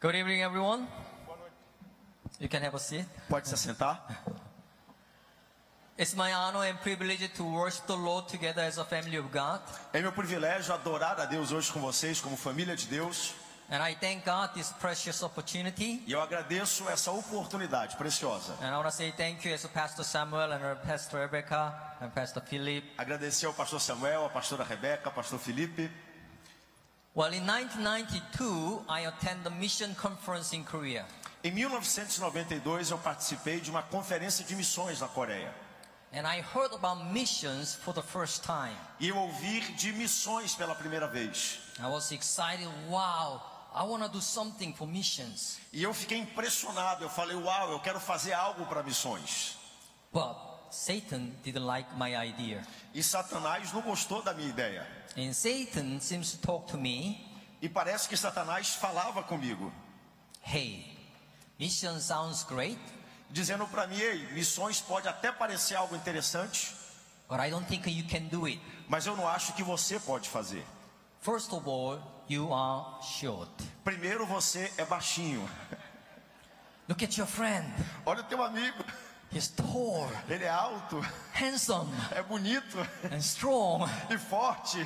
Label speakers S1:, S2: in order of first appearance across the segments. S1: Good evening, everyone. You can have a seat.
S2: Pode se assentar.
S1: It's my honor and privilege to worship the Lord together as a family of God.
S2: É meu privilégio adorar a Deus hoje com vocês, como família de Deus.
S1: And I thank God this precious opportunity.
S2: E eu agradeço essa oportunidade preciosa.
S1: And I want to say thank you as Pastor Samuel and Pastor Rebecca and Pastor Philip.
S2: Agradecer ao pastor Samuel, à pastora Rebeca, ao pastor Felipe.
S1: Well, in 1992, I attended a mission conference in Korea.
S2: Em 1992, eu participei de uma conferência de missões na Coreia.
S1: And I heard about missions for the first time.
S2: E eu ouvi de missões pela primeira vez.
S1: I was excited. Wow, I want to do something for missions.
S2: E eu fiquei impressionado. Eu falei, uau, eu quero fazer algo para missões.
S1: But Satan didn't like my idea.
S2: E Satanás não gostou da minha ideia.
S1: And Satan seems to talk to me
S2: E parece que Satanás falava comigo,
S1: hey, mission sounds great,
S2: dizendo para mim: ei, missões pode até parecer algo interessante,
S1: but I don't think you can do it.
S2: mas eu não acho que você pode fazer.
S1: First of all, you are short.
S2: Primeiro você é baixinho.
S1: Look at your friend.
S2: Olha o teu amigo,
S1: He's tall,
S2: ele é alto,
S1: handsome,
S2: é bonito
S1: and strong.
S2: e forte.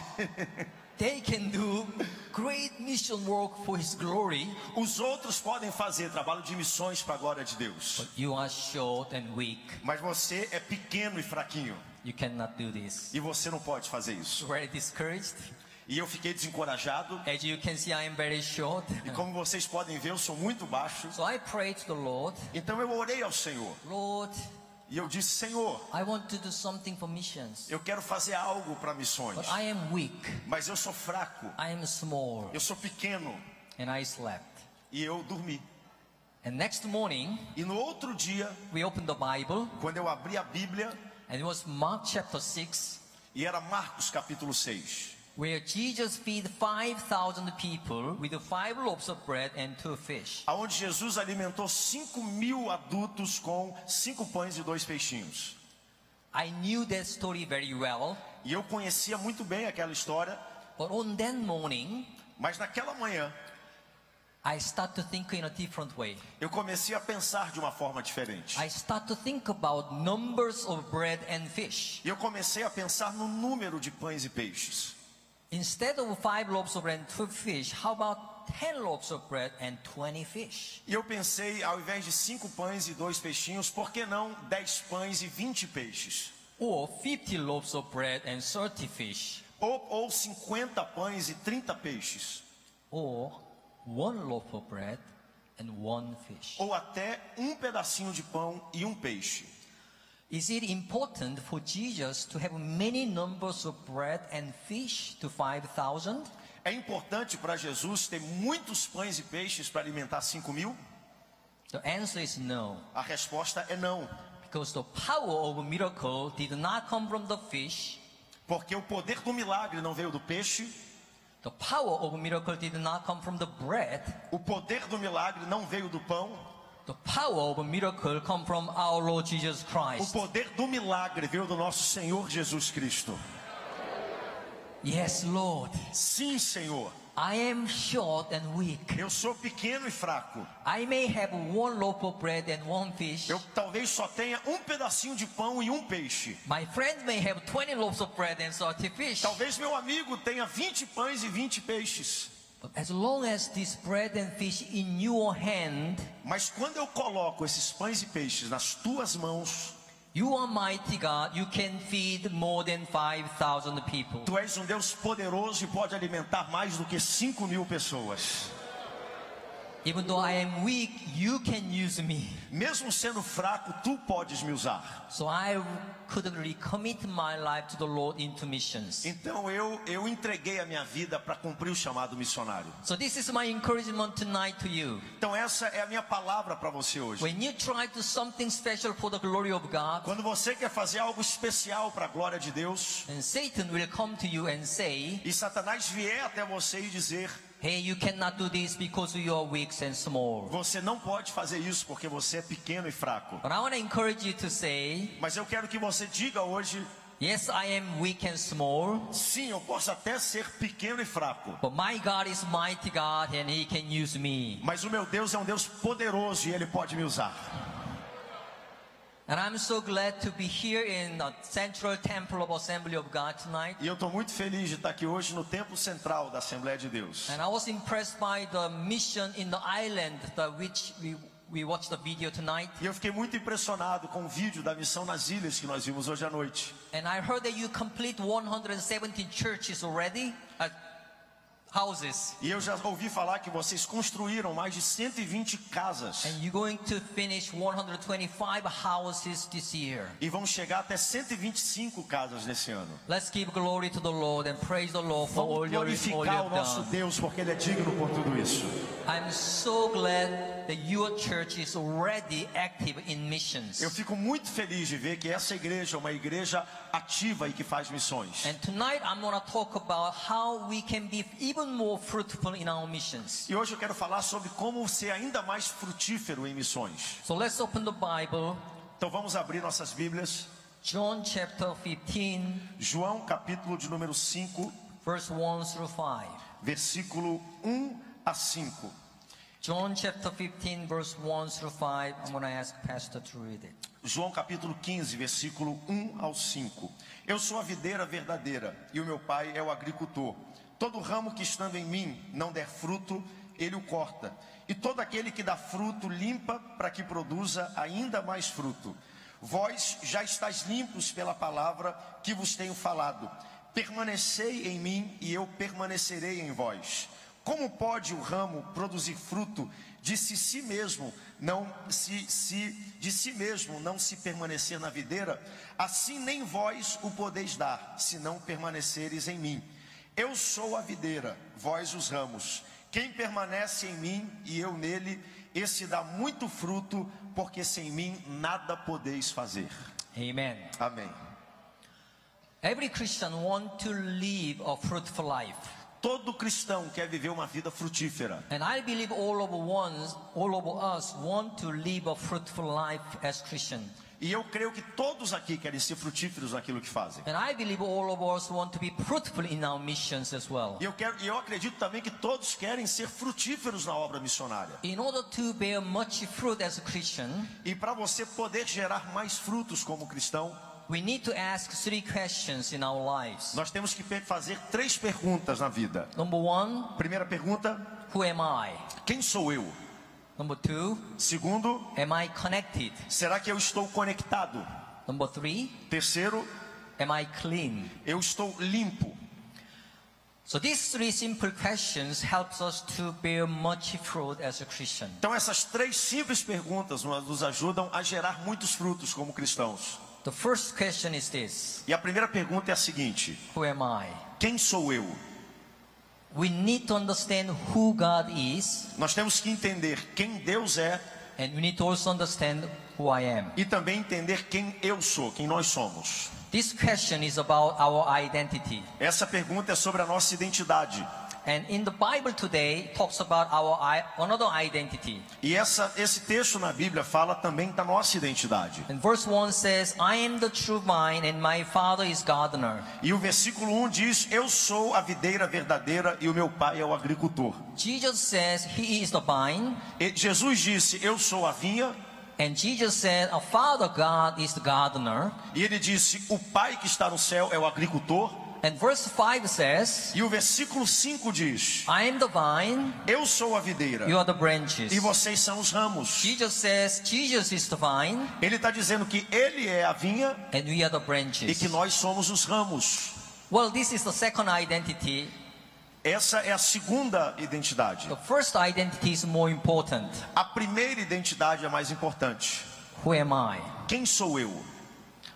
S1: They can do great mission work for his glory.
S2: Os outros podem fazer trabalho de missões para a glória de Deus,
S1: You are short and weak.
S2: mas você é pequeno e fraquinho
S1: You cannot do this.
S2: e você não pode fazer isso.
S1: Very discouraged.
S2: E eu fiquei desencorajado.
S1: As you can see, I am very short.
S2: E como vocês podem ver, eu sou muito baixo.
S1: So I prayed to the Lord.
S2: Então eu orei ao Senhor
S1: Lord,
S2: e eu disse: Senhor,
S1: I want to do something for missions,
S2: Eu quero fazer algo para missões,
S1: but I am weak.
S2: mas eu sou fraco,
S1: I am small,
S2: eu sou pequeno
S1: and I slept.
S2: e eu dormi.
S1: And next morning,
S2: E no outro dia,
S1: we opened the Bible,
S2: quando eu abri a Bíblia,
S1: and it was Mark chapter 6,
S2: e era Marcos capítulo 6,
S1: where Jesus feed 5,000 people with the five loaves of bread and two fish.
S2: aonde Jesus alimentou 5 mil adultos com cinco pães e dois peixinhos.
S1: I knew that story very well,
S2: E eu conhecia muito bem aquela história,
S1: but on that morning,
S2: mas naquela manhã
S1: I start to think in a different way.
S2: eu comecei a pensar de uma forma diferente.
S1: I start to think about numbers of bread and fish.
S2: E eu comecei a pensar no número de pães e peixes.
S1: Instead of five loaves of bread and two fish, how about 10 loaves of bread and 20 fish?
S2: E eu pensei, ao invés de cinco pães e dois peixinhos, por que não dez pães e vinte peixes?
S1: or 50 loaves of bread and 30 fish,
S2: Ou, ou 50 pães e 30 peixes?
S1: or one loaf of bread and one fish.
S2: Ou até um pedacinho de pão e um peixe?
S1: Is it important for Jesus to have many numbers of bread and fish to 5,000?
S2: É importante para Jesus ter muitos pães e peixes para alimentar cinco mil?
S1: The answer is no,
S2: A resposta é não,
S1: because the power of a miracle did not come from the fish.
S2: porque o poder do milagre não veio do peixe,
S1: The power of a miracle did not come from the bread.
S2: o poder do milagre não veio do pão,
S1: The power of a miracle come from our Lord Jesus
S2: o
S1: Christ.
S2: poder do milagre veio do nosso Senhor Jesus Cristo.
S1: Yes, Lord.
S2: Sim, Senhor,
S1: I am short and weak.
S2: eu sou pequeno e fraco.
S1: I may have one loaf of bread and one fish.
S2: Eu talvez só tenha um pedacinho de pão e um peixe.
S1: My friend may have 20 loaves of bread and 30 fish.
S2: Talvez meu amigo tenha 20 pães e 20 peixes.
S1: But as long as this bread and fish in your hand,
S2: Mas quando eu coloco esses pães e peixes nas tuas mãos,
S1: you are mighty God, you can feed more than 5,000 people.
S2: tu és um Deus poderoso e pode alimentar mais do que 5 mil pessoas.
S1: Even though I am weak, you can use me.
S2: Mesmo sendo fraco, tu podes me usar.
S1: So I couldn't recommit my life to the Lord into missions.
S2: Então eu, eu entreguei a minha vida para cumprir o chamado missionário.
S1: So this is my encouragement tonight to you.
S2: Então essa é a minha palavra para você hoje.
S1: When you try to do something special for the glory of God,
S2: Quando você quer fazer algo especial para a glória de Deus,
S1: and Satan will come to you and say,
S2: e Satanás vier até você e dizer:
S1: Hey, you cannot do this because you are weak and small.
S2: Você não pode fazer isso porque você é pequeno e fraco.
S1: But I want to encourage you to say,
S2: Mas eu quero que você diga hoje:
S1: Yes, I am weak and small,
S2: Sim, eu posso até ser pequeno e fraco,
S1: but my God is mighty God and He can use me.
S2: mas o meu Deus é um Deus poderoso e Ele pode me usar.
S1: And I'm so glad to be here in the Central Temple of Assembly of God tonight.
S2: E eu estou muito feliz de estar aqui hoje no templo central da Assembleia de Deus.
S1: And I was impressed by the mission in the island that which we, we watched the video tonight.
S2: E eu fiquei muito impressionado com o vídeo da missão nas ilhas que nós vimos hoje à noite.
S1: And I heard that you complete 170 churches already, uh, houses.
S2: E eu já ouvi falar que vocês construíram mais de 120 casas
S1: And you're going to finish 125 houses this year.
S2: e vão chegar até 125 casas nesse ano.
S1: Let's give glory to the Lord and praise the Lord for all
S2: Vamos
S1: your, all you
S2: glorificar o
S1: have
S2: nosso
S1: done.
S2: Deus porque Ele é digno por tudo isso.
S1: I'm so glad that your church is already active in missions.
S2: Eu fico muito feliz de ver que essa igreja é uma igreja ativa e que faz missões.
S1: And tonight I'm going to talk about how we can be even more fruitful in our missions.
S2: E hoje eu quero falar sobre como ser ainda mais frutífero em missões.
S1: So let's open the Bible,
S2: Então vamos abrir nossas Bíblias.
S1: John chapter 15,
S2: João capítulo de número 5,
S1: verse 1 through 5.
S2: versículo 1 a 5.
S1: John chapter 15, verse 1 through 5. I'm going to ask Pastor to read it.
S2: João capítulo 15, versículo 1 ao 5. Eu sou a videira verdadeira e o meu pai é o agricultor. Todo ramo que estando em mim não der fruto, ele o corta. E todo aquele que dá fruto, limpa para que produza ainda mais fruto. Vós já estáis limpos pela palavra que vos tenho falado. Permanecei em mim e eu permanecerei em vós. Como pode o ramo produzir fruto de se si mesmo não se, se- de si mesmo não se permanecer na videira? Assim nem vós o podeis dar, se não permaneceres em mim. Eu sou a videira, vós os ramos. Quem permanece em mim e eu nele, esse dá muito fruto, porque sem mim nada podeis fazer.
S1: Amen.
S2: Amém.
S1: Every Christian wants to live a fruitful life.
S2: Todo cristão quer viver uma vida frutífera.
S1: And I believe all of ones, all of us want to live a fruitful life as Christians.
S2: E eu creio que todos aqui querem ser frutíferos naquilo que fazem.
S1: And I believe all of us want to be fruitful in our missions as well.
S2: E eu, quero, e eu acredito também que todos querem ser frutíferos na obra missionária.
S1: In order to bear much fruit as a Christian,
S2: E para você poder gerar mais frutos como cristão,
S1: we need to ask three questions in our lives.
S2: nós temos que pe- fazer três perguntas na vida.
S1: Number one,
S2: Primeira pergunta:
S1: who am I?
S2: quem sou eu?
S1: Number two,
S2: Segundo,
S1: am I connected?
S2: será que eu estou conectado?
S1: Number three,
S2: Terceiro,
S1: am I clean?
S2: eu estou limpo.
S1: So these three simple questions helps us to bear much fruit as a Christian.
S2: Então essas três simples perguntas nos nos ajudam a gerar muitos frutos como cristãos.
S1: The first question is this,
S2: E a primeira pergunta é a seguinte:
S1: who am I?
S2: quem sou eu?
S1: We need to understand who God is,
S2: Nós temos que entender quem Deus é
S1: and we need to also understand who I am.
S2: e também entender quem eu sou, quem nós somos.
S1: This question is about our identity.
S2: Essa pergunta é sobre a nossa identidade.
S1: And in the Bible today talks about our i- another identity.
S2: E essa, esse texto na Bíblia fala também da nossa identidade.
S1: And verse 1 says, I am the true vine and my father is gardener.
S2: E o versículo 1 diz: Eu sou a videira verdadeira e o meu pai é o agricultor.
S1: Jesus says he is the vine
S2: E Jesus disse: Eu sou a vinha.
S1: and Jesus said our father God is the gardener.
S2: E ele disse: O pai que está no céu é o agricultor.
S1: And verse 5 says,
S2: E o versículo 5 diz:
S1: I am the vine,
S2: Eu sou a
S1: you
S2: videira
S1: are the branches.
S2: e vocês são os ramos.
S1: Jesus says Jesus is the vine
S2: Ele está dizendo que ele é a vinha
S1: and we are the
S2: e que
S1: branches.
S2: nós somos os ramos.
S1: Well, this is the second identity.
S2: Essa é a segunda identidade.
S1: The first identity is more important.
S2: A primeira identidade é a mais importante.
S1: Who am I?
S2: Quem sou eu?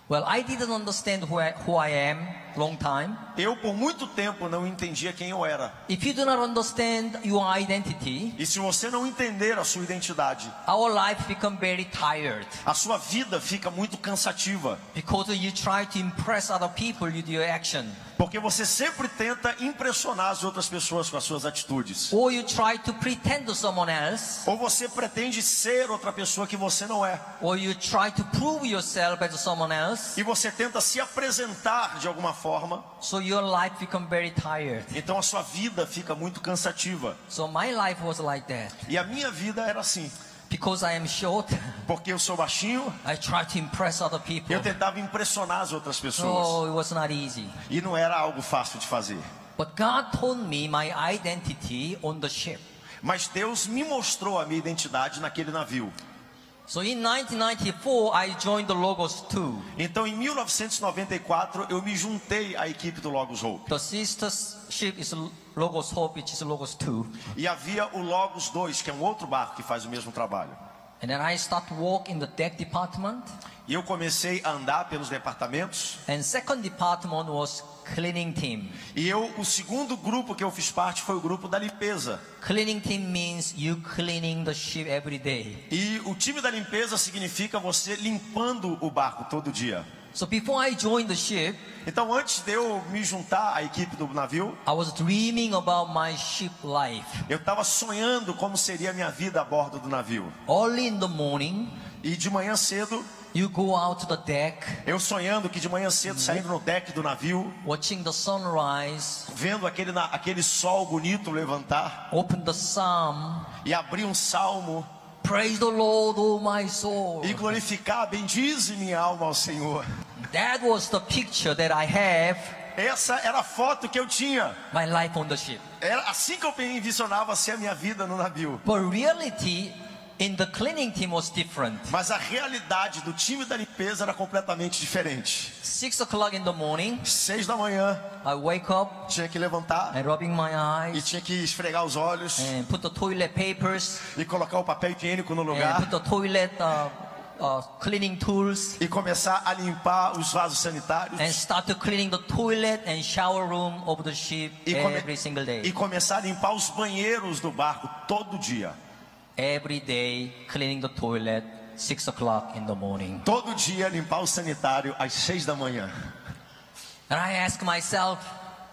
S1: Well, I didn't understand who I, who I am long time.
S2: Eu por muito tempo não entendia quem eu era.
S1: If you do not understand your identity,
S2: E se você não entender a sua identidade,
S1: our life become very tired
S2: a sua vida fica muito cansativa,
S1: because you try to impress other people with your action,
S2: porque você sempre tenta impressionar as outras pessoas com as suas atitudes.
S1: or you try to pretend to someone else,
S2: Ou você pretende ser outra pessoa que você não é,
S1: or you try to prove yourself as someone else.
S2: e você tenta se apresentar de alguma forma,
S1: So your life become very tired.
S2: então a sua vida fica muito cansativa.
S1: So my life was like that
S2: E a minha vida era assim,
S1: because I am short.
S2: porque eu sou baixinho,
S1: I try to impress other people.
S2: eu tentava impressionar as outras pessoas,
S1: So it was not easy.
S2: e não era algo fácil de fazer.
S1: But God told me my identity on the ship.
S2: Mas Deus me mostrou a minha identidade naquele navio.
S1: So in 1994, I joined the Logos 2,
S2: Então, em 1994, eu me juntei à equipe do Logos Hope.
S1: The sister ship is Logos Hope, which is Logos 2.
S2: E havia o Logos 2, que é um outro barco que faz o mesmo trabalho.
S1: And then I start to work in the deck department.
S2: E eu comecei a andar pelos departamentos.
S1: And second department was cleaning team.
S2: E eu, o segundo grupo que eu fiz parte foi o grupo da limpeza.
S1: Cleaning team means you cleaning the ship every day.
S2: E o time da limpeza significa você limpando o barco todo dia.
S1: So before I joined the ship,
S2: Então, antes de eu me juntar à equipe do navio,
S1: I was dreaming about my ship life.
S2: eu estava sonhando como seria a minha vida a bordo do navio.
S1: Early in the morning,
S2: E de manhã cedo,
S1: you go out to the deck,
S2: eu sonhando que de manhã cedo, saindo no deck do navio,
S1: watching the sunrise,
S2: vendo aquele, na- aquele sol bonito levantar
S1: open the psalm,
S2: e abrir um salmo
S1: praise the Lord, oh my soul.
S2: e glorificar, bendize minha alma ao Senhor.
S1: That was the picture that I have
S2: Essa era a foto que eu tinha.
S1: my life on the ship.
S2: Era assim que eu envisionava ser a minha vida no navio.
S1: But reality in the cleaning team was different.
S2: Mas a realidade do time da limpeza era completamente diferente.
S1: Six o'clock in the morning,
S2: Seis da manhã,
S1: I wake up
S2: tinha que levantar
S1: and rubbing my
S2: e
S1: eyes
S2: tinha que esfregar os olhos
S1: and put the toilet papers
S2: e colocar o papel higiênico no
S1: and
S2: lugar
S1: put the toilet uh, uh, cleaning tools
S2: e começar a limpar os vasos
S1: and
S2: sanitários
S1: start to cleaning the toilet and shower room of the ship
S2: e, come-
S1: every single day.
S2: e começar a limpar os banheiros do barco todo dia.
S1: Every day cleaning the toilet, six o'clock in the morning.
S2: Todo dia limpar o sanitário às seis da manhã.
S1: And I ask myself,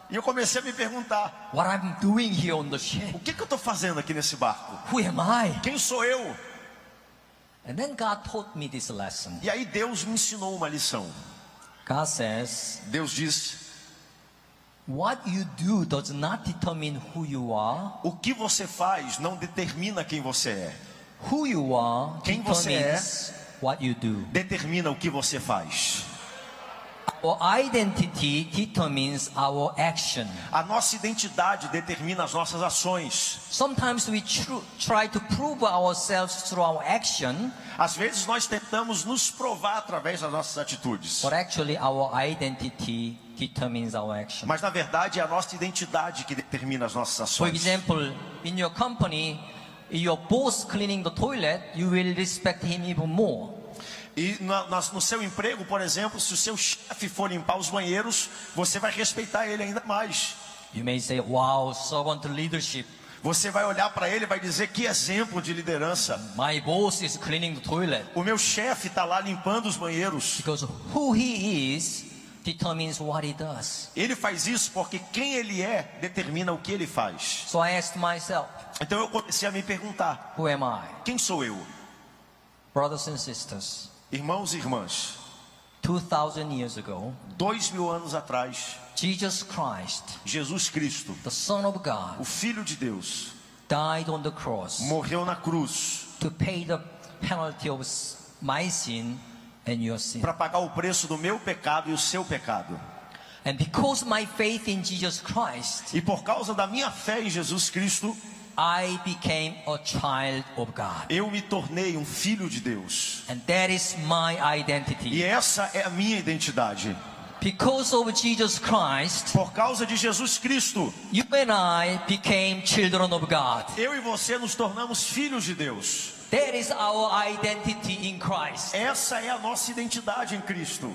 S2: E eu comecei a me perguntar:
S1: what I'm doing here on the ship?
S2: o que, que eu estou fazendo aqui nesse barco?
S1: Who am I?
S2: Quem sou eu?
S1: And then God taught me this lesson.
S2: E aí Deus me ensinou uma lição.
S1: God says,
S2: Deus disse:
S1: what you do does not determine who you are.
S2: o que você faz não determina quem você é,
S1: Who you are
S2: Quem você é.
S1: determines what you do.
S2: determina o que você faz.
S1: Our identity determines our action.
S2: A nossa identidade determina as nossas ações.
S1: Sometimes we tru- try to prove ourselves through our action,
S2: Às vezes nós tentamos nos provar através das nossas atitudes,
S1: but actually our identity determines our action.
S2: mas na verdade é a nossa identidade que determina as nossas
S1: For
S2: ações.
S1: example, in your company, your boss cleaning the toilet, you will respect him even more.
S2: E na- nas- no seu emprego, por exemplo, se o seu chefe for limpar os banheiros, você vai respeitar ele ainda mais.
S1: You may say, wow, servant leadership.
S2: Você vai olhar para ele e vai dizer que exemplo de liderança.
S1: My boss is cleaning the toilet.
S2: O meu chefe está lá limpando os banheiros.
S1: Because who he is determines what he does.
S2: Ele faz isso porque quem ele é determina o que ele faz.
S1: So I asked myself,
S2: Então eu comecei a me perguntar:
S1: who am I?
S2: quem sou eu?
S1: Brothers and sisters,
S2: Irmãos e irmãs,
S1: 2000 years ago,
S2: dois mil anos atrás,
S1: Jesus Christ,
S2: Jesus Cristo,
S1: the Son of God,
S2: o Filho de Deus,
S1: died on the cross
S2: morreu na cruz
S1: to pay the penalty of s- my sin and your sin.
S2: para pagar o preço do meu pecado e o seu pecado.
S1: And because my faith in Jesus Christ,
S2: E por causa da minha fé em Jesus Cristo,
S1: I became a child of God.
S2: eu me tornei um filho de Deus.
S1: And that is my
S2: E
S1: identity.
S2: essa é a minha identidade.
S1: Because of Jesus Christ,
S2: Por causa de Jesus Cristo,
S1: you and I became children of God.
S2: eu e você nos tornamos filhos de Deus.
S1: That is our identity in Christ.
S2: Essa é a nossa identidade em Cristo.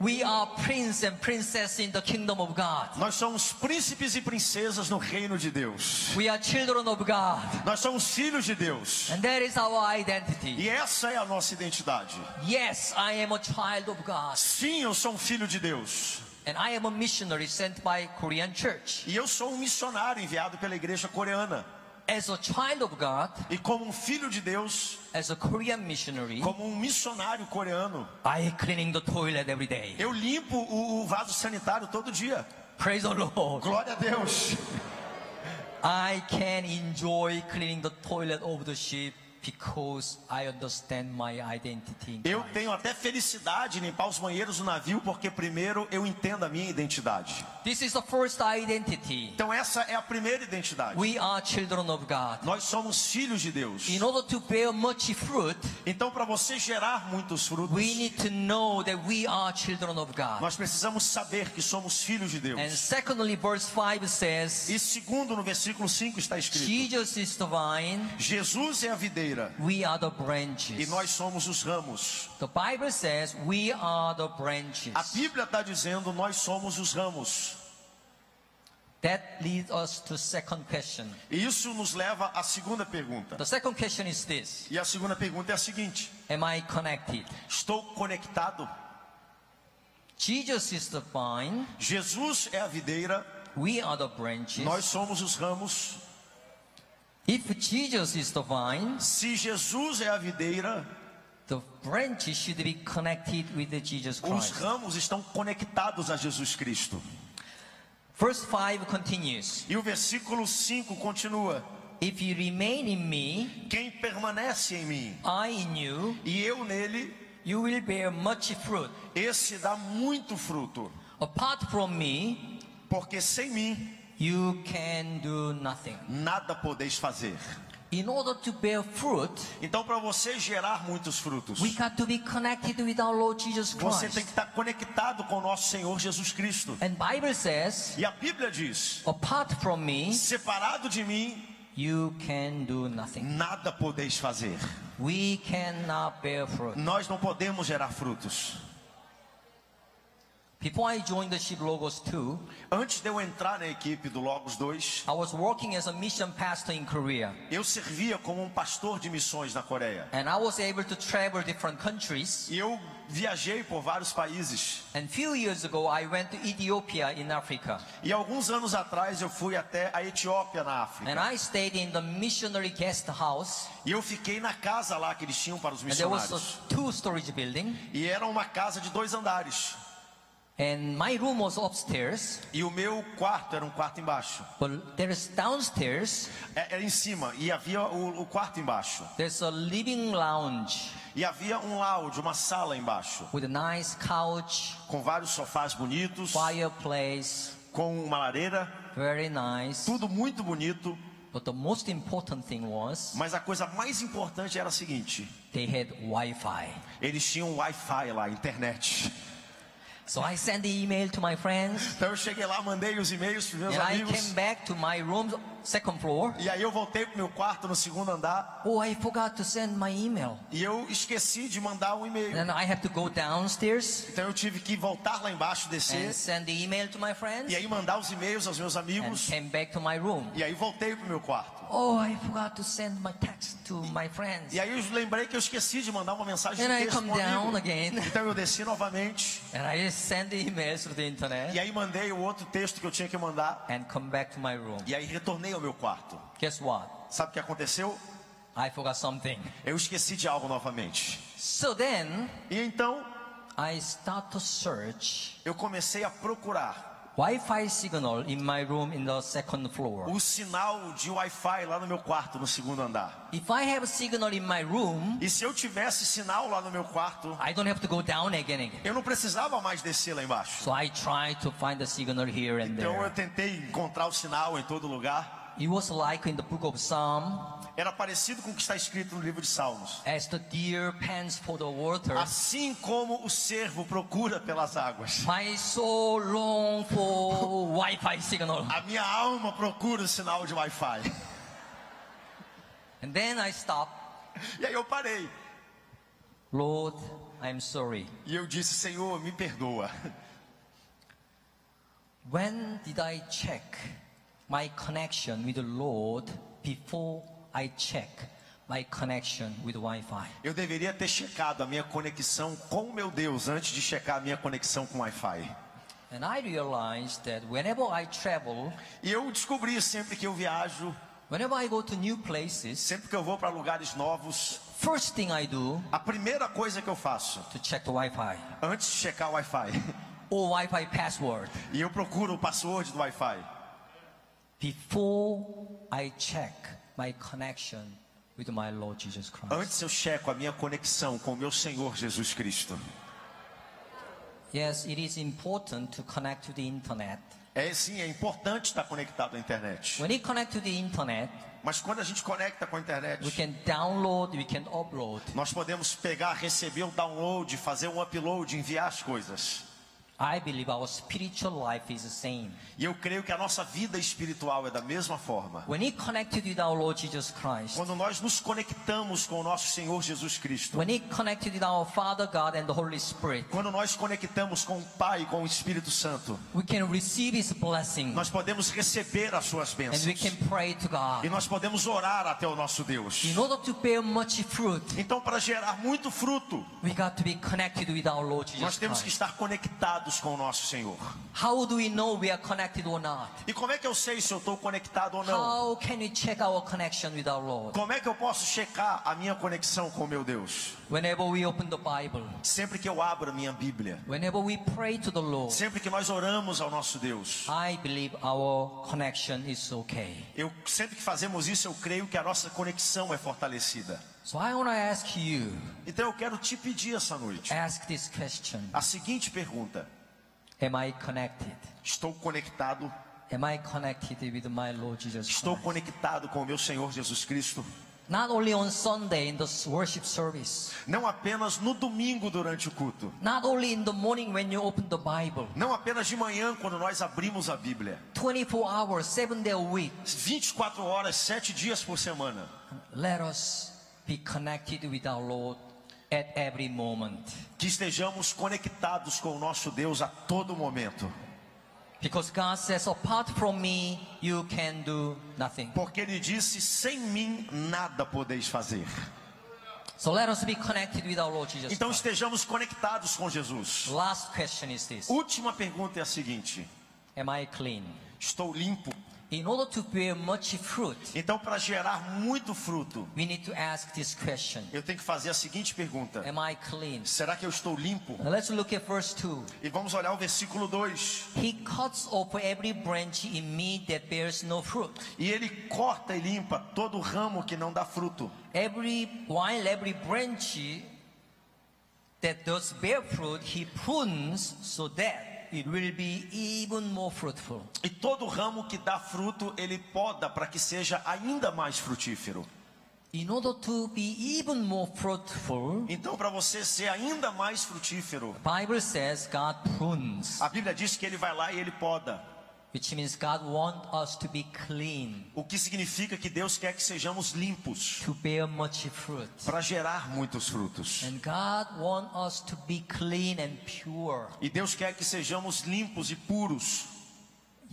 S1: We are prince and princess in the kingdom of God.
S2: Nós somos príncipes e princesas no reino de Deus.
S1: We are children of God.
S2: Nós somos filhos de Deus.
S1: And that is our identity.
S2: E essa é a nossa identidade.
S1: Yes, I am a child of God.
S2: Sim, eu sou um filho de Deus.
S1: And I am a missionary sent by Korean church.
S2: E eu sou um missionário enviado pela igreja coreana.
S1: As a child of God,
S2: E como um filho de Deus,
S1: as a Korean missionary,
S2: como um missionário coreano,
S1: I cleaning the toilet every day.
S2: eu limpo o, o vaso sanitário todo dia.
S1: Praise the Lord.
S2: Glória a Deus.
S1: I can enjoy cleaning the toilet of the ship because I understand my identity. in
S2: Eu
S1: Christ.
S2: tenho até felicidade em limpar os banheiros do navio, porque primeiro eu entendo a minha identidade.
S1: This is the first identity.
S2: Então essa é a primeira identidade.
S1: We are children of God.
S2: Nós somos filhos de Deus.
S1: In order to bear much fruit,
S2: Então para você gerar muitos frutos,
S1: we need to know that we are children of God.
S2: nós precisamos saber que somos filhos de
S1: And
S2: Deus.
S1: secondly, verse 5 says,
S2: E segundo no versículo 5 está escrito:
S1: Jesus is the vine,
S2: Jesus é a videira
S1: we are the
S2: e
S1: branches.
S2: nós somos os ramos.
S1: The Bible says we are the
S2: A
S1: branches.
S2: Bíblia está dizendo nós somos os ramos.
S1: That leads us to second question.
S2: E isso nos leva à segunda pergunta.
S1: The second question is this.
S2: E a segunda pergunta é a seguinte:
S1: Am I connected?
S2: Estou conectado?
S1: Jesus is the vine,
S2: Jesus é a videira,
S1: we are the branches.
S2: nós somos os ramos.
S1: If Jesus is the vine,
S2: Se Jesus é a videira,
S1: the branches should be connected with the Jesus
S2: os
S1: Christ.
S2: ramos estão conectados a Jesus Cristo.
S1: Verse 5 continues.
S2: E o versículo 5 continua:
S1: If you remain in me,
S2: Quem permanece em mim
S1: I in you,
S2: e eu nele,
S1: you will bear much fruit.
S2: esse dá muito fruto,
S1: Apart from me,
S2: porque sem mim
S1: you can do nothing.
S2: nada podeis fazer.
S1: In order to bear fruit,
S2: Então, para você gerar muitos frutos,
S1: we got to be connected with our Lord Jesus
S2: você tem que
S1: Christ.
S2: estar conectado com o nosso Senhor Jesus Cristo.
S1: And Bible says,
S2: E a Bíblia diz:
S1: apart from me,
S2: Separado de mim,
S1: you can do nothing.
S2: nada podeis fazer.
S1: We cannot bear fruit.
S2: Nós não podemos gerar frutos.
S1: Before I joined the Ship Logos 2,
S2: Antes de eu entrar na equipe do Logos 2,
S1: I was working as a mission pastor in Korea.
S2: eu servia como um pastor de missões na Coreia.
S1: And I was able to travel different countries.
S2: E eu viajei por vários países.
S1: And few years ago, I went to Ethiopia in Africa.
S2: E alguns anos atrás eu fui até a Etiópia, na África.
S1: And I stayed in the missionary guest house.
S2: E eu fiquei na casa lá que eles tinham para os
S1: And there was
S2: missionários.
S1: a two-storage building.
S2: E era uma casa de dois andares.
S1: And my room was upstairs.
S2: E o meu quarto era um quarto embaixo.
S1: But there's downstairs,
S2: É- Era em cima. E havia o, o quarto embaixo.
S1: there's a living lounge
S2: E havia um lounge, uma sala embaixo.
S1: with a nice couch,
S2: Com vários sofás bonitos.
S1: fireplace,
S2: Com uma lareira.
S1: very nice.
S2: Tudo muito bonito.
S1: But the most important thing was
S2: Mas a coisa mais importante era a seguinte:
S1: they had Wi-Fi.
S2: eles tinham Wi-Fi lá, internet.
S1: So I sent the email to my friends,
S2: Então eu cheguei lá, mandei os e-mails pros meus
S1: and I
S2: amigos.
S1: came back to my room, second floor.
S2: E aí eu voltei pro meu quarto no segundo andar
S1: Oh, I forgot to send my email.
S2: e eu esqueci de mandar um e-mail.
S1: Then I have to go downstairs
S2: Então eu tive que voltar lá embaixo, descer
S1: and send the email to my friends,
S2: e aí mandar os e-mails aos meus
S1: and
S2: amigos.
S1: came back to my room.
S2: E aí voltei pro meu quarto.
S1: Oh, I forgot to send my text to my friends.
S2: E aí eu lembrei que eu esqueci de mandar uma mensagem
S1: And
S2: de
S1: I
S2: texto
S1: come
S2: pro
S1: down
S2: amigo.
S1: again,
S2: Então eu desci novamente
S1: and I just send the emails through the
S2: e
S1: internet,
S2: aí mandei o outro texto que eu tinha que mandar
S1: and come back to my room.
S2: e aí retornei ao meu quarto.
S1: Guess what?
S2: Sabe o que aconteceu?
S1: I forgot something.
S2: Eu esqueci de algo novamente.
S1: So then
S2: E então
S1: I start to search
S2: eu comecei a procurar
S1: Wi-Fi signal in my room in the second floor.
S2: o sinal de Wi-Fi lá no meu quarto, no segundo andar.
S1: If I have a signal in my room,
S2: E se eu tivesse sinal lá no meu quarto,
S1: I don't have to go down again. again.
S2: eu não precisava mais descer lá embaixo.
S1: So I try to find the signal here and
S2: Então eu
S1: there.
S2: tentei encontrar o sinal em todo lugar.
S1: It was like in the book of Psalm,
S2: Era parecido com o que está escrito no livro de Salmos.
S1: as the deer pants for the water,
S2: Assim como o servo procura pelas águas,
S1: my soul long for Wi-Fi signal.
S2: a minha alma procura o sinal de Wi-Fi.
S1: And then I stop
S2: E aí eu parei.
S1: Lord, I'm sorry.
S2: E eu disse: Senhor, me perdoa.
S1: When did I check my connection with the Lord before I check my connection with Wi-Fi?
S2: Eu deveria ter checado a minha conexão com o meu Deus antes de checar a minha conexão com o Wi-Fi.
S1: And I realized that whenever I travel,
S2: E eu descobri sempre que eu viajo,
S1: whenever I go to new places,
S2: sempre que eu vou para lugares novos,
S1: first thing I do
S2: a primeira coisa que eu faço,
S1: to check the Wi-Fi
S2: antes de checar o Wi-Fi,
S1: or Wi-Fi password
S2: e eu procuro o password do Wi-Fi.
S1: before I check my connection with my Lord Jesus Christ.
S2: Antes eu checo a minha conexão com o meu Senhor Jesus Cristo.
S1: Yes, it is important to connect to the internet.
S2: É sim, é importante estar conectado à internet.
S1: When you connect to the internet,
S2: Mas quando a gente conecta com a
S1: we
S2: internet,
S1: can download, we can upload.
S2: nós podemos pegar, receber o download, fazer um upload, enviar as coisas.
S1: I believe our spiritual life is the same.
S2: E eu creio que a nossa vida espiritual é da mesma forma.
S1: When you connected with our Lord Jesus Christ,
S2: Quando nós nos conectamos com o nosso Senhor Jesus Cristo,
S1: when you connected with our Father God and the Holy Spirit,
S2: quando nós conectamos com o Pai, com o Espírito Santo,
S1: we can receive His blessing
S2: nós podemos receber as suas
S1: and we can
S2: bênçãos.
S1: pray to
S2: E
S1: God.
S2: nós podemos orar até o nosso Deus.
S1: In order to bear much fruit,
S2: Então, para gerar muito fruto,
S1: we got to be connected with our Lord
S2: nós
S1: Jesus
S2: temos que
S1: Christ.
S2: estar conectados com o nosso Senhor.
S1: How do we know we are connected or not?
S2: E como é que eu sei se eu estou conectado ou não?
S1: How can we check our connection with our Lord?
S2: Como é que eu posso checar a minha conexão com o meu Deus?
S1: Whenever we open the Bible,
S2: Sempre que eu abro a minha Bíblia,
S1: whenever we pray to the Lord,
S2: sempre que nós oramos ao nosso Deus,
S1: I believe our connection is okay.
S2: eu sempre que fazemos isso, eu creio que a nossa conexão é fortalecida.
S1: So I want to ask you,
S2: Então eu quero te pedir essa noite
S1: ask this question.
S2: a seguinte pergunta:
S1: Am I connected?
S2: Estou conectado?
S1: Am I connected with my Lord Jesus
S2: Estou
S1: Christ?
S2: conectado com o meu Senhor Jesus Cristo?
S1: Not only on Sunday in the worship service,
S2: Não apenas no domingo durante o culto,
S1: not only in the morning when you open the Bible,
S2: não apenas de manhã quando nós abrimos a Bíblia,
S1: 24 hours, 7 day a week,
S2: 24 horas, 7 dias por semana.
S1: let us be connected with our Lord at every moment.
S2: Que estejamos conectados com o nosso Deus a todo momento.
S1: Because God says, apart from me, you can do nothing.
S2: Porque ele disse: sem mim nada podeis fazer.
S1: So let us be connected with our Lord Jesus
S2: Então
S1: Christ.
S2: estejamos conectados com Jesus.
S1: Last question is this
S2: Última pergunta é a seguinte:
S1: Am I clean?
S2: estou limpo?
S1: In order to bear much fruit,
S2: Então, para gerar muito fruto,
S1: we need to ask this question
S2: eu tenho que fazer a seguinte pergunta:
S1: Am I clean?
S2: será que eu estou limpo?
S1: Now let's look at verse 2.
S2: E vamos olhar o versículo 2.
S1: He cuts off every branch in me that bears no fruit.
S2: E ele corta e limpa todo ramo que não dá fruto.
S1: Every while every branch that does bear fruit, he prunes so that it will be even more fruitful.
S2: E todo ramo que dá fruto, ele poda para que seja ainda mais frutífero.
S1: In order to be even more fruitful,
S2: Então, para você ser ainda mais frutífero,
S1: Bible says God prunes,
S2: a Bíblia diz que ele vai lá e ele poda.
S1: which means God wants us to be clean,
S2: O que significa que Deus quer que sejamos limpos
S1: to bear much fruit.
S2: para gerar muitos frutos.
S1: And God wants us to be clean and pure.
S2: E Deus quer que sejamos limpos e puros.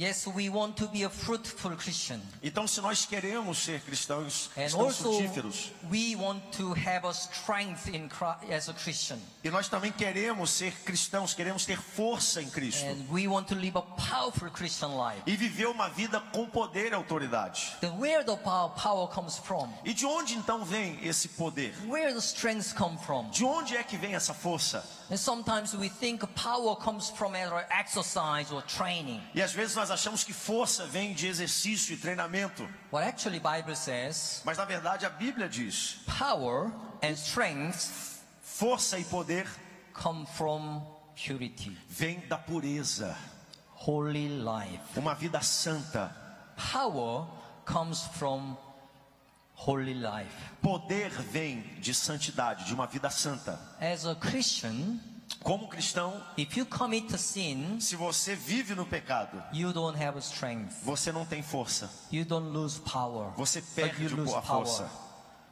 S1: Yes, we want to be a fruitful Christian.
S2: Então, se nós queremos ser cristãos,
S1: And
S2: cristãos
S1: also,
S2: frutíferos,
S1: we want to have a strength in Christ, as a Christian.
S2: e nós também queremos ser cristãos, queremos ter força em Cristo
S1: And we want to live a powerful Christian life.
S2: e viver uma vida com poder e autoridade.
S1: Then where the power, power comes from?
S2: E de onde então vem esse poder?
S1: Where the strength come from?
S2: De onde é que vem essa força?
S1: And sometimes we think power comes from either exercise or training.
S2: E às vezes nós achamos que força vem de exercício e treinamento,
S1: But actually Bible says
S2: mas na verdade a Bíblia diz:
S1: power and strength
S2: força e poder
S1: come from purity,
S2: vem da pureza,
S1: holy life.
S2: uma vida santa.
S1: Power comes from holy life.
S2: Poder vem de santidade, de uma vida santa.
S1: As a Christian,
S2: Como cristão,
S1: if you commit a sin,
S2: se você vive no pecado,
S1: you don't have strength.
S2: você não tem força,
S1: You don't lose power.
S2: você
S1: but you
S2: perde
S1: lose
S2: a
S1: power.
S2: força.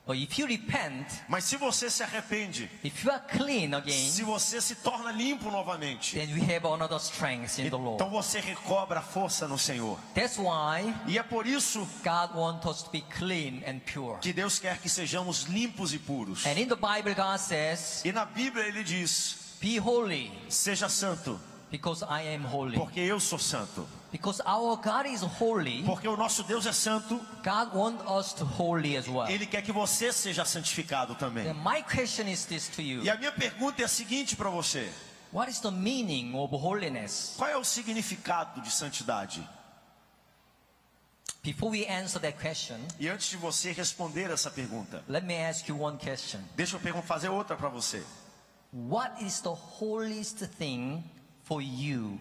S1: But if you repent,
S2: Mas se você se arrepende,
S1: if you are clean again,
S2: se você se torna limpo novamente,
S1: then we have another strength in the
S2: então
S1: Lord.
S2: você recobra a força no Senhor.
S1: That's why
S2: E é por isso
S1: God wants us to be clean and pure.
S2: que Deus quer que sejamos limpos e puros.
S1: And in the Bible, God says,
S2: E na Bíblia ele diz:
S1: Be holy,
S2: seja santo,
S1: because I am holy.
S2: porque eu sou santo.
S1: Because our God is holy,
S2: Porque o nosso Deus é santo,
S1: God wants us to holy as well.
S2: ele quer que você seja santificado também.
S1: Then my question is this to you
S2: E a minha pergunta é a seguinte para você:
S1: What is the meaning of holiness?
S2: qual é o significado de santidade?
S1: Before we answer that question,
S2: E antes de você responder essa pergunta,
S1: let me ask you one question.
S2: deixa eu pergun- fazer outra para você.
S1: What is the holiest thing for you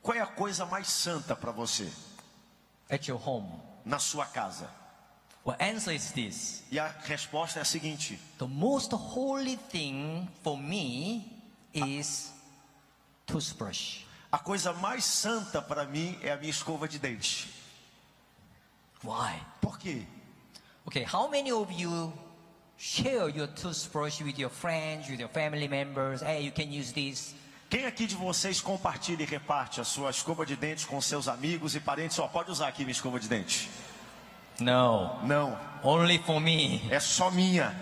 S2: Qual é a coisa mais santa para você
S1: at your home?
S2: na sua casa?
S1: Well, answer is this.
S2: E a resposta é a seguinte:
S1: The most holy thing for me is toothbrush.
S2: a coisa mais santa para mim é a minha escova de dente.
S1: Why?
S2: Por quê?
S1: Okay, how many of you share your toothbrush with your friends, with your family members? Hey, you can use this.
S2: Quem aqui de vocês compartilha e reparte a sua escova de dente com seus amigos e parentes? Só pode usar aqui minha escova de dente.
S1: No,
S2: Não,
S1: only for me.
S2: é só minha.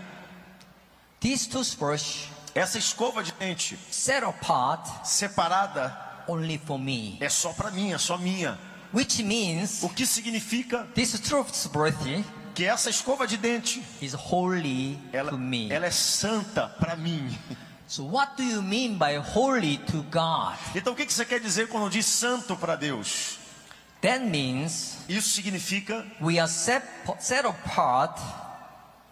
S1: This toothbrush
S2: Essa escova de dente
S1: set apart
S2: separada
S1: only for me,
S2: é só para mim, é só minha.
S1: which means
S2: O que significa
S1: this toothbrush
S2: que essa escova de dente
S1: is holy
S2: ela,
S1: to me.
S2: ela é santa para mim.
S1: So what do you mean by holy to God?
S2: Então o que que você quer dizer quando diz santo para Deus?
S1: That means
S2: Isso significa
S1: we are set, set apart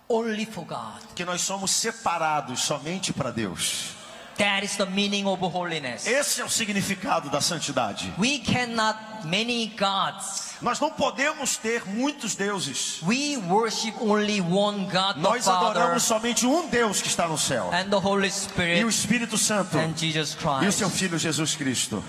S1: only for God.
S2: que nós somos separados somente para Deus.
S1: That is the meaning of holiness.
S2: Esse é o significado da santidade.
S1: We cannot many gods.
S2: Nós não podemos ter muitos deuses.
S1: We worship only one God, the
S2: Nós adoramos
S1: Father
S2: somente um Deus que está no céu.
S1: and the Holy
S2: E o
S1: Spirit
S2: Espírito Santo.
S1: and Jesus
S2: E o seu
S1: Christ.
S2: Filho Jesus Cristo.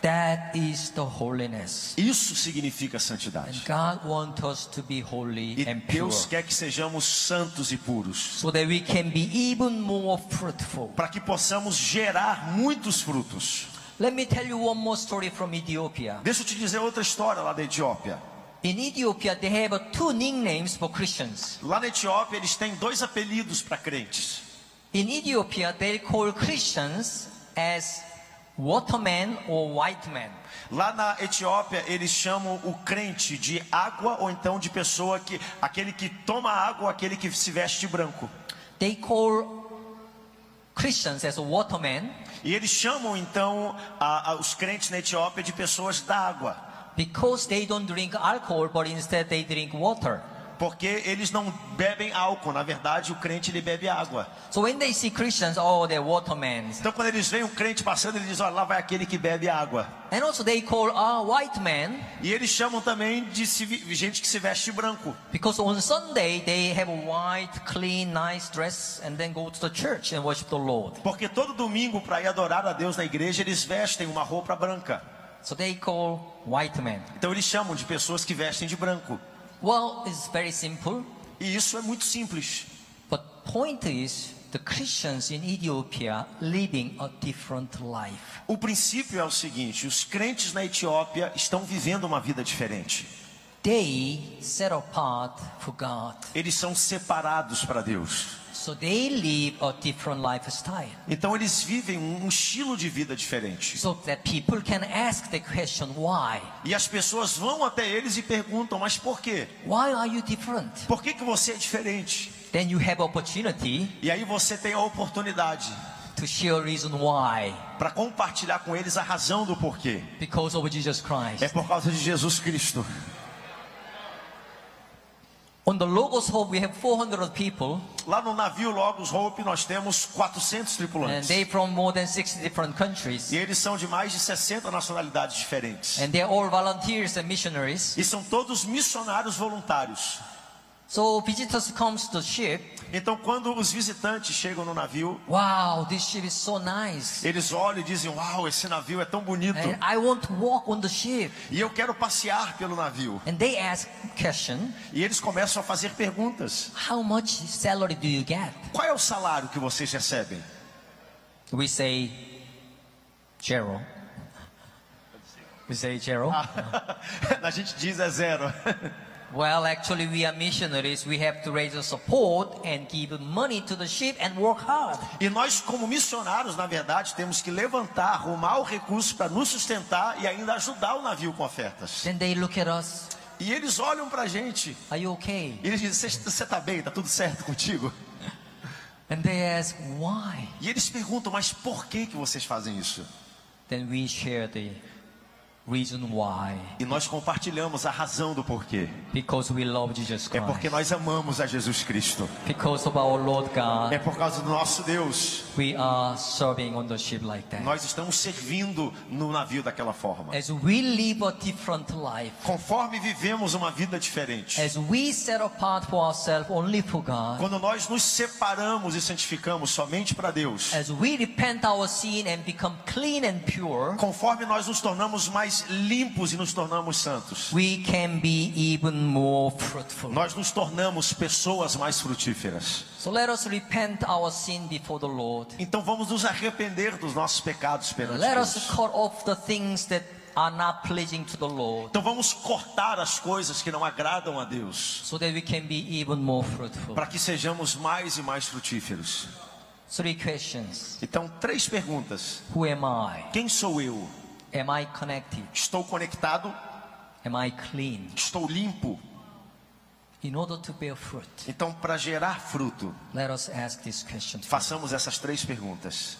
S1: That is the holiness.
S2: Isso significa
S1: And
S2: santidade.
S1: God wants us to be holy
S2: E
S1: and pure
S2: Deus quer que sejamos santos e puros.
S1: so that we can be even more fruitful.
S2: Para que possamos gerar muitos frutos.
S1: Let me tell you one more story from Ethiopia.
S2: Deixa eu te dizer outra história lá da Etiópia.
S1: In Ethiopia, they have uh, two nicknames for Christians.
S2: Lá na Etiópia eles têm dois apelidos para crentes.
S1: In Ethiopia, they call Christians as watermen or white men.
S2: Lá na Etiópia eles chamam o crente de água ou então de pessoa que aquele que toma água, aquele que se veste de branco.
S1: They call Christians as watermen
S2: E eles chamam então a- a- os crentes na Etiópia de pessoas da água,
S1: because they don't drink alcohol, but instead they drink water.
S2: porque eles não bebem álcool. Na verdade, o crente ele bebe água.
S1: So when they see Christians, oh, they're watermen.
S2: Então quando eles veem um crente passando, eles dizem: "Olha, lá vai aquele que bebe água".
S1: And also they call uh, white men
S2: E eles chamam também de se vi- gente que se veste de branco.
S1: because on Sunday they have a white, clean, nice dress and then go to the church and worship the Lord.
S2: Porque todo domingo, para ir adorar a Deus na igreja, eles vestem uma roupa branca.
S1: So they call white men.
S2: Então eles chamam de pessoas que vestem de branco.
S1: Well, it's very simple.
S2: E isso é muito simples.
S1: But point is, the Christians in Ethiopia living a different life.
S2: O princípio é o seguinte: os crentes na Etiópia estão vivendo uma vida diferente.
S1: They set apart for God.
S2: Eles são separados para Deus.
S1: So they live a different lifestyle.
S2: Então eles vivem um um estilo de vida diferente.
S1: So that people can ask the question, why?
S2: E as pessoas vão até eles e perguntam: mas por quê?
S1: Why are you different?
S2: Por que, que você é diferente?
S1: Then you have opportunity
S2: E aí você tem a oportunidade
S1: to share reason why.
S2: para compartilhar com eles a razão do porquê.
S1: Because of Jesus
S2: É
S1: Christ.
S2: por causa de Jesus Cristo.
S1: On the Logos Hub, we have 400 people.
S2: Lá no navio Logos Hope nós temos 400
S1: And
S2: tripulantes.
S1: they from more than 60 different countries.
S2: E eles são de mais de 60 nacionalidades diferentes.
S1: And they're all volunteers and missionaries.
S2: E são todos missionários voluntários.
S1: So visitors comes to ship.
S2: Então, quando os visitantes chegam no navio,
S1: Wow, this ship is so nice.
S2: eles olham e dizem: Uau, esse navio é tão bonito.
S1: And I want to walk on the ship.
S2: E eu quero passear pelo navio.
S1: And they ask question,
S2: E eles começam a fazer perguntas:
S1: how much salary do you get?
S2: Qual é o salário que vocês recebem?
S1: We say, zero. We say zero.
S2: A gente diz: É zero.
S1: Well, actually, we are missionaries. We have to raise the support and give money to the ship and work hard.
S2: E nós, como missionários, na verdade, temos que levantar, arrumar o recurso para nos sustentar e ainda ajudar o navio com ofertas.
S1: Then they look at us.
S2: E eles olham para a gente
S1: Are you okay?
S2: e eles dizem: Você está bem? Está tudo certo contigo?
S1: And they ask why.
S2: E eles perguntam: Mas por que, que vocês fazem isso?
S1: Then we share the reason why.
S2: E nós compartilhamos a razão do porquê.
S1: Because we love Jesus
S2: É porque
S1: Christ.
S2: nós amamos a Jesus Cristo.
S1: Because of our Lord God,
S2: É por causa do nosso Deus.
S1: we are serving on the ship like that.
S2: Nós estamos servindo no navio daquela forma.
S1: As we live a different life,
S2: Conforme vivemos uma vida diferente.
S1: as we set apart for ourselves only for God,
S2: Quando nós nos separamos e santificamos somente para Deus.
S1: as we repent our sin and become clean and pure,
S2: Conforme nós nos tornamos mais limpos e nos tornamos santos.
S1: we can be even more fruitful.
S2: Nós nos tornamos pessoas mais frutíferas.
S1: So let us repent our sin before the Lord.
S2: Então vamos nos arrepender dos nossos pecados perante
S1: Let
S2: Deus.
S1: us cut off the things that are not pleasing to the Lord
S2: Então vamos cortar as coisas que não agradam a Deus.
S1: so that we can be even more fruitful.
S2: para que sejamos mais e mais frutíferos.
S1: Three questions.
S2: Então, três perguntas.
S1: Who am I?
S2: Quem sou eu?
S1: Am I connected?
S2: Estou conectado?
S1: Am I clean?
S2: Estou limpo?
S1: In order to bear fruit,
S2: Então, para gerar fruto,
S1: let us ask this question.
S2: façamos essas três perguntas.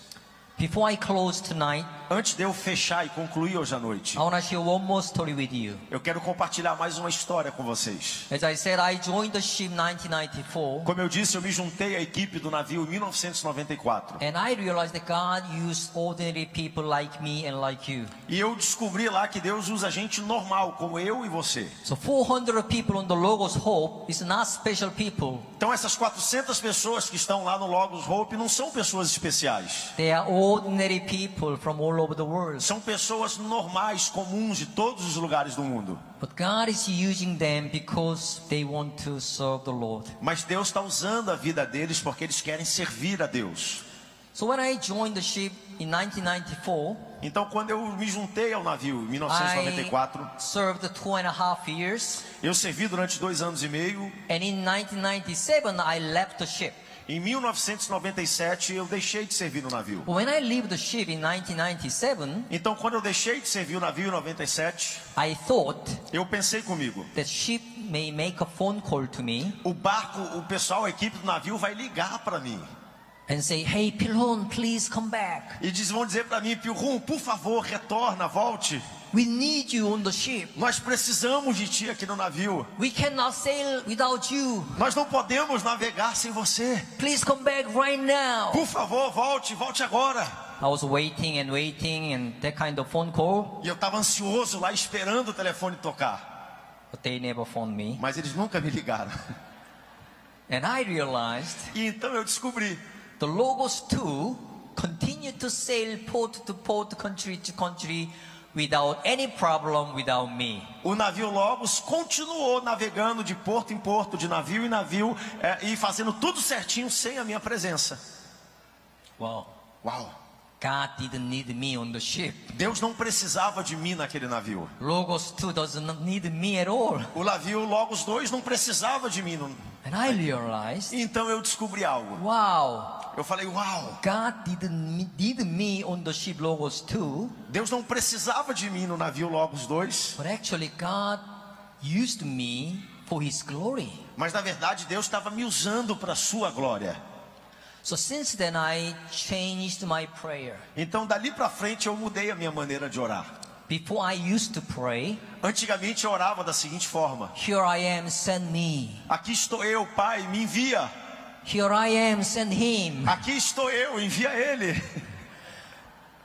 S1: Before I close tonight,
S2: Antes de eu fechar e concluir hoje à noite,
S1: I want to share one more story with you.
S2: eu quero compartilhar mais uma história com vocês.
S1: As I said, I joined the ship 1994,
S2: Como eu disse, eu me juntei à equipe do navio em 1994.
S1: and I realized that God used ordinary people like me and like you.
S2: E eu descobri lá que Deus usa gente normal, como eu e você.
S1: So 400 people on the Logos Hope is not special people.
S2: Então, essas 400 pessoas que estão lá no Logos Hope não são pessoas especiais.
S1: They are ordinary people from all over the world.
S2: São pessoas normais, comuns de todos os lugares do mundo.
S1: But God is using them because they want to serve the Lord.
S2: Mas Deus está usando a vida deles porque eles querem servir a Deus.
S1: So when I joined the ship in 1994,
S2: Então, quando eu me juntei ao navio em
S1: I
S2: 1994,
S1: served two and a half years.
S2: eu servi durante dois anos e meio.
S1: And in 1997, I left the ship.
S2: Em 1997, eu deixei de servir no navio.
S1: When I left the ship in 1997,
S2: Então, quando eu deixei de servir o navio em 97,
S1: I thought
S2: eu pensei comigo:
S1: that ship may make a phone call to me
S2: o barco, o pessoal, a equipe do navio vai ligar para mim
S1: and say, "Hey, Pilon, please come back.
S2: e diz, vão dizer para mim, Pilrum, por favor, retorna, volte.
S1: We need you on the ship.
S2: Nós precisamos de ti aqui no navio.
S1: We cannot sail without you.
S2: Nós não podemos navegar sem você.
S1: Please come back right now."
S2: Por favor, volte, volte agora.
S1: I was waiting and waiting and that kind of phone call,
S2: E eu estava ansioso lá esperando o telefone tocar,
S1: but they never phoned me.
S2: mas eles nunca me ligaram.
S1: And I realized
S2: E então eu descobri
S1: The Logos 2 continued to sail port to port, country to country without any problem without me.
S2: o navio Logos continuou navegando de porto em porto, de navio em navio eh, e fazendo tudo certinho sem a minha presença.
S1: Wow.
S2: Uau!
S1: God didn't need me on the ship.
S2: Deus não precisava de mim naquele navio.
S1: Logos 2 doesn't need me at all.
S2: O navio Logos 2 não precisava de mim. não-
S1: And I realized,
S2: E Então eu descobri algo.
S1: wow,
S2: Eu falei, uau!
S1: God didn't me- need me on the ship Logos 2,
S2: Deus não precisava de mim no navio Logos 2.
S1: but actually God used me for his glory.
S2: Mas na verdade Deus estava me usando para a sua glória.
S1: So since then I changed my prayer.
S2: Então dali para frente eu mudei a minha maneira de orar.
S1: Before I used to pray,
S2: Antigamente eu orava da seguinte forma:
S1: here I am, send me.
S2: Aqui estou eu, Pai, me envia.
S1: Here I am, send him.
S2: Aqui estou eu, envia ele.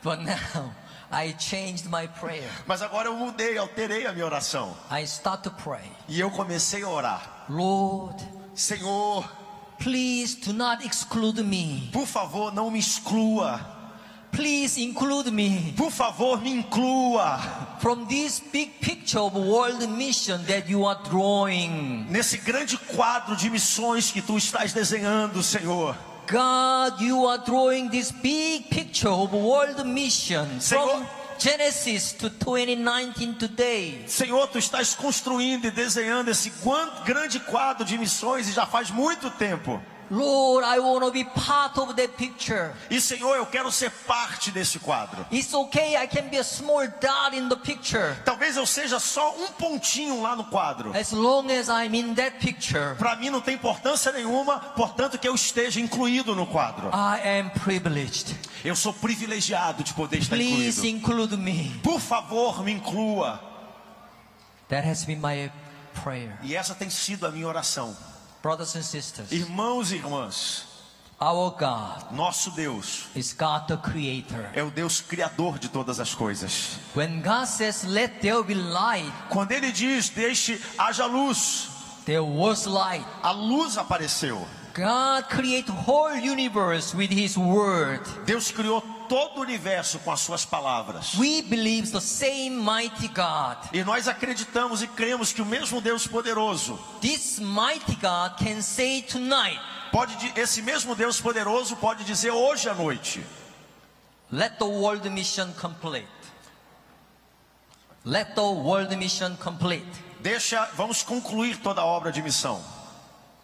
S1: But now I changed my prayer.
S2: Mas agora eu mudei, alterei a minha oração
S1: I start to pray.
S2: e eu comecei a orar.
S1: Lord,
S2: Senhor,
S1: please do not exclude me.
S2: por favor, não me exclua.
S1: Please include me
S2: Por favor, me inclua
S1: from this big picture of world mission that you are drawing.
S2: nesse grande quadro de missões que tu estás desenhando, Senhor.
S1: God, you are drawing this big picture of world mission from
S2: Senhor.
S1: Genesis to 2019 today.
S2: Senhor, tu estás construindo e desenhando esse guan- grande quadro de missões e já faz muito tempo.
S1: Lord, I want to be part of that picture.
S2: E Senhor, eu quero ser parte desse quadro.
S1: It's okay, I can be a small dot in the picture.
S2: Talvez eu seja só um pontinho lá no quadro.
S1: As long as I'm in that picture,
S2: Para mim não tem importância nenhuma, portanto que eu esteja incluído no quadro.
S1: I am privileged.
S2: Eu sou privilegiado de poder estar
S1: Please
S2: incluído.
S1: include me.
S2: Por favor, me inclua.
S1: That has been my prayer.
S2: E essa tem sido a minha oração.
S1: Brothers and sisters,
S2: Irmãos e irmãs,
S1: our God
S2: nosso Deus
S1: is God the Creator.
S2: é o Deus criador de todas as coisas.
S1: When God says, Let there be light,
S2: Quando ele diz: "Deixe haja luz",
S1: there was light.
S2: a luz apareceu.
S1: God created whole universe with His word.
S2: Deus criou todo o universo com as suas palavras.
S1: We believe the same mighty God.
S2: E nós acreditamos e cremos que o mesmo Deus poderoso
S1: This mighty God can say tonight,
S2: pode di- esse mesmo Deus poderoso pode dizer hoje à noite:
S1: Let the world mission complete. Let the world mission complete.
S2: Deixa, vamos concluir toda a obra de missão.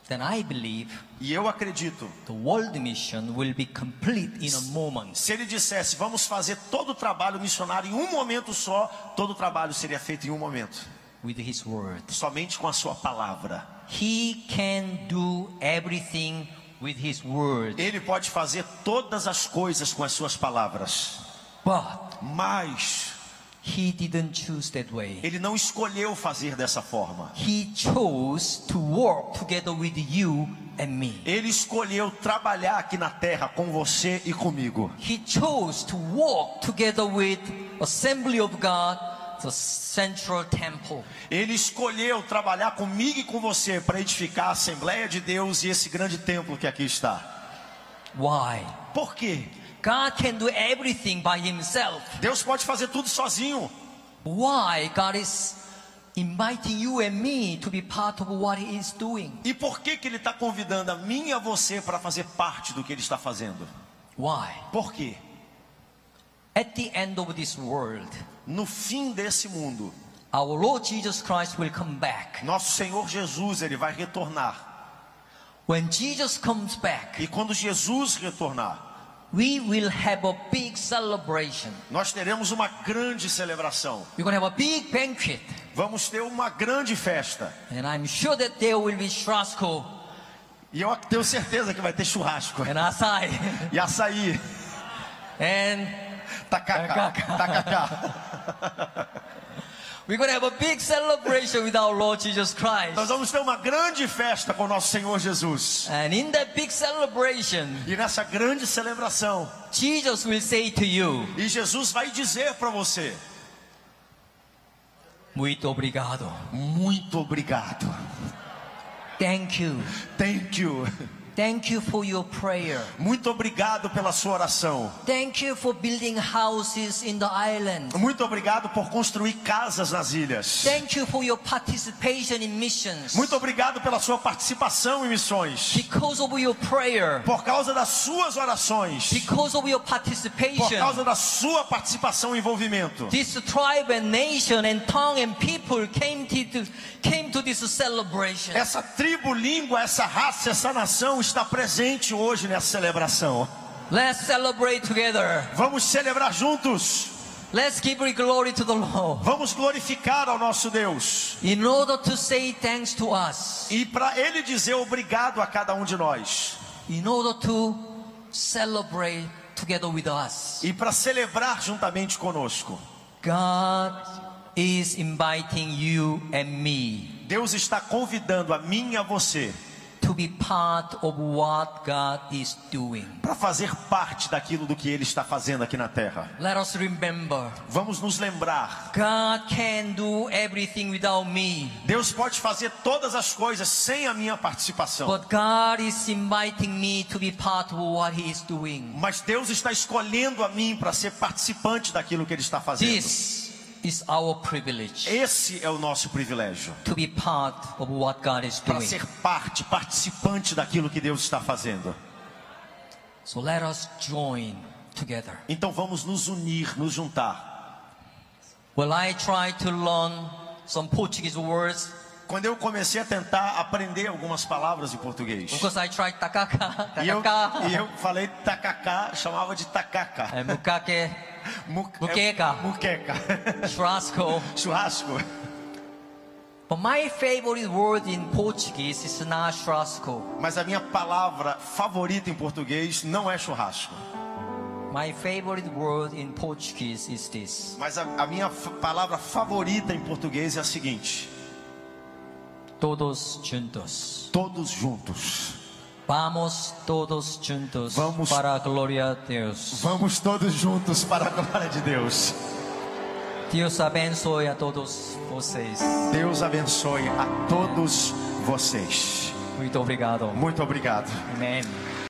S1: Then I believe
S2: E eu acredito.
S1: the world mission will be complete in a moment.
S2: Se ele dissesse, vamos fazer todo o trabalho missionário em um momento só, todo o trabalho seria feito em um momento,
S1: with his word.
S2: somente com a sua palavra.
S1: He can do everything with his word.
S2: Ele pode fazer todas as coisas com as suas palavras,
S1: But
S2: mas
S1: he didn't choose that way.
S2: ele não escolheu fazer dessa forma.
S1: He chose to work together with you and me.
S2: Ele escolheu trabalhar aqui na terra com você e comigo.
S1: He chose to walk together with Assembly of God, the central temple.
S2: Ele escolheu trabalhar comigo e com você para edificar a Assembleia de Deus e esse grande templo que aqui está.
S1: Why?
S2: Por quê?
S1: God can do everything by himself.
S2: Deus pode fazer tudo sozinho.
S1: Why God is inviting you and me to be part of what he is doing?
S2: E por que, que ele está convidando a mim e a você para fazer parte do que ele está fazendo?
S1: Why?
S2: Por quê?
S1: At the end of this world,
S2: No fim desse mundo,
S1: our Lord Jesus Christ will come back.
S2: nosso Senhor Jesus ele vai retornar.
S1: When Jesus comes back,
S2: E quando Jesus retornar,
S1: we will have a big celebration.
S2: nós teremos uma grande celebração.
S1: We're going to have a big banquet.
S2: Vamos ter uma grande festa.
S1: And I'm sure that there will be churrasco
S2: E eu tenho certeza que vai ter churrasco
S1: and asai
S2: e açaí,
S1: and
S2: tacacá,
S1: Tacacá.
S2: tacacá.
S1: we're going to have a big celebration with our Lord Jesus
S2: Nós
S1: Christ.
S2: vamos ter uma grande festa com nosso Senhor Jesus.
S1: And in that big celebration,
S2: E nessa grande celebração,
S1: Jesus will say to you,
S2: e Jesus vai dizer para você:
S1: Muito obrigado.
S2: Muito obrigado.
S1: Thank you.
S2: Thank you.
S1: Thank you for your prayer.
S2: Muito obrigado pela sua oração.
S1: Thank you for building houses in the island.
S2: Muito obrigado por construir casas nas ilhas.
S1: Thank you for your participation in missions.
S2: Muito obrigado pela sua participação em missões.
S1: Because of your prayer,
S2: Por causa das suas orações.
S1: because of your
S2: Por
S1: participation,
S2: causa da sua participação e envolvimento.
S1: this tribe and nation and tongue and people came to, came to this celebration.
S2: Essa tribo, língua, essa raça, essa nação está presente hoje nessa celebração.
S1: Let's celebrate together.
S2: Vamos celebrar juntos.
S1: Let's give glory to the Lord.
S2: Vamos glorificar ao nosso Deus.
S1: In order to say thanks to us,
S2: E para Ele dizer obrigado a cada um de nós.
S1: in order to celebrate together with us,
S2: E para celebrar juntamente conosco.
S1: God is inviting you and me
S2: Deus está convidando a mim e a você
S1: to be part of what God is doing.
S2: para fazer parte daquilo do que ele está fazendo aqui na terra.
S1: Let us remember
S2: Vamos nos lembrar.
S1: God can do everything without me,
S2: Deus pode fazer todas as coisas sem a minha participação,
S1: but God is inviting me to be part of what He is doing.
S2: mas Deus está escolhendo a mim para ser participante daquilo que ele está fazendo.
S1: This is our privilege
S2: Esse é o nosso privilégio,
S1: to be part of what God is
S2: para
S1: doing.
S2: ser parte, participante daquilo que Deus está fazendo.
S1: So let us join together.
S2: Então vamos nos unir, nos juntar.
S1: Well, I try to learn some Portuguese words
S2: Quando eu comecei a tentar aprender algumas palavras em português,
S1: because I tried takaka,
S2: e eu, e
S1: takaka,
S2: eu falei tacacá, chamava de tacaca.
S1: and mukake,
S2: Mu-
S1: Muqueca.
S2: é, muqueca.
S1: churrasco.
S2: Churrasco.
S1: But my favorite word in Portuguese is not churrasco.
S2: Mas a minha palavra favorita em português não é churrasco.
S1: My favorite word in Portuguese is this.
S2: Mas a, a minha f- palavra favorita em português é a seguinte:
S1: Todos juntos.
S2: todos juntos.
S1: Vamos todos juntos
S2: Vamos-
S1: para a glória de Deus.
S2: Vamos todos juntos para a glória de Deus.
S1: Deus abençoe a todos vocês.
S2: Deus abençoe a todos vocês.
S1: Muito obrigado.
S2: Muito obrigado.
S1: Amém.